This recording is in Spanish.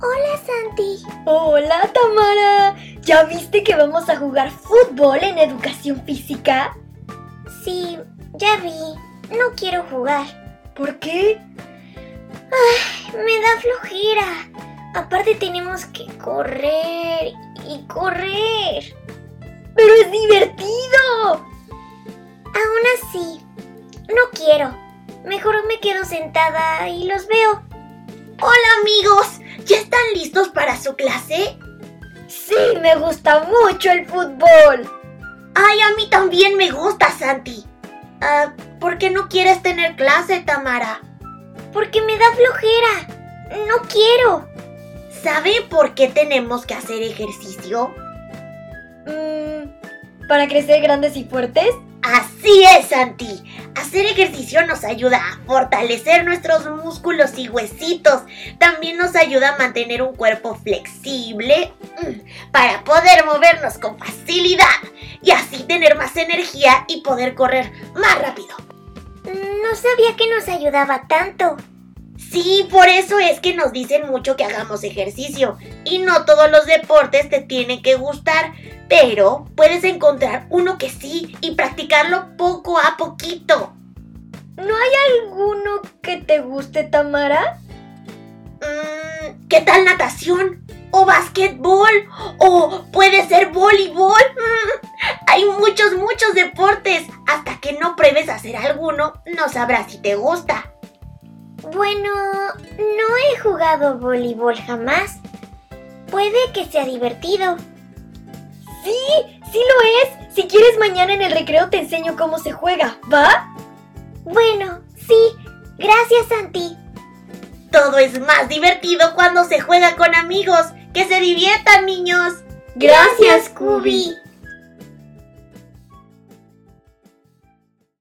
Hola Santi. Hola Tamara. ¿Ya viste que vamos a jugar fútbol en educación física? Sí, ya vi. No quiero jugar. ¿Por qué? Ay, me da flojera. Aparte tenemos que correr y correr. ¡Pero es divertido! Aún así, no quiero. Mejor me quedo sentada y los veo. Hola amigos, ¿ya están listos para su clase? Sí, me gusta mucho el fútbol. Ay, a mí también me gusta, Santi. Ah, ¿Por qué no quieres tener clase, Tamara? Porque me da flojera. No quiero. ¿Sabe por qué tenemos que hacer ejercicio? Mm, ¿Para crecer grandes y fuertes? Así es, Santi. Hacer ejercicio nos ayuda a fortalecer nuestros músculos y huesitos. También nos ayuda a mantener un cuerpo flexible mm, para poder movernos con facilidad y así tener más energía y poder correr más rápido. No sabía que nos ayudaba tanto. Sí, por eso es que nos dicen mucho que hagamos ejercicio. Y no todos los deportes te tienen que gustar, pero puedes encontrar uno que sí y practicarlo poco a poquito. ¿No hay alguno que te guste, Tamara? Mm, ¿Qué tal natación? ¿O basquetbol? ¿O puede ser voleibol? Mm, hay muchos, muchos deportes. Hasta que no pruebes a hacer alguno, no sabrás si te gusta. Bueno, no he jugado voleibol jamás. Puede que sea divertido. Sí, sí lo es. Si quieres mañana en el recreo te enseño cómo se juega, ¿va? Bueno, sí. Gracias, Santi. Todo es más divertido cuando se juega con amigos. Que se diviertan, niños. Gracias, Cubi.